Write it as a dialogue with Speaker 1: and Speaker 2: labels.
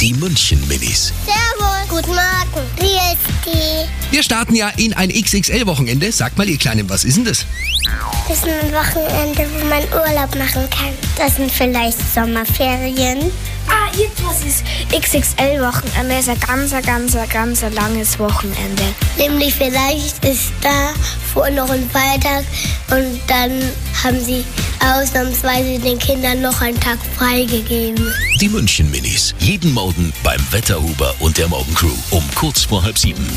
Speaker 1: Die München Minis.
Speaker 2: Servus. Guten Morgen. Wie ist die?
Speaker 1: Wir starten ja in ein XXL-Wochenende. Sag mal, ihr Kleinen, was ist denn das?
Speaker 2: Das ist ein Wochenende, wo man Urlaub machen kann. Das sind vielleicht Sommerferien.
Speaker 3: Ah, irgendwas ist XXL-Wochenende. äh, ist ein ganz, ganz, ganz langes Wochenende.
Speaker 2: Nämlich vielleicht ist da vor noch ein Freitag und dann haben sie ausnahmsweise den Kindern noch einen Tag freigegeben.
Speaker 1: Die München Minis. Jeden Morgen beim Wetterhuber und der Morgencrew um kurz vor halb sieben.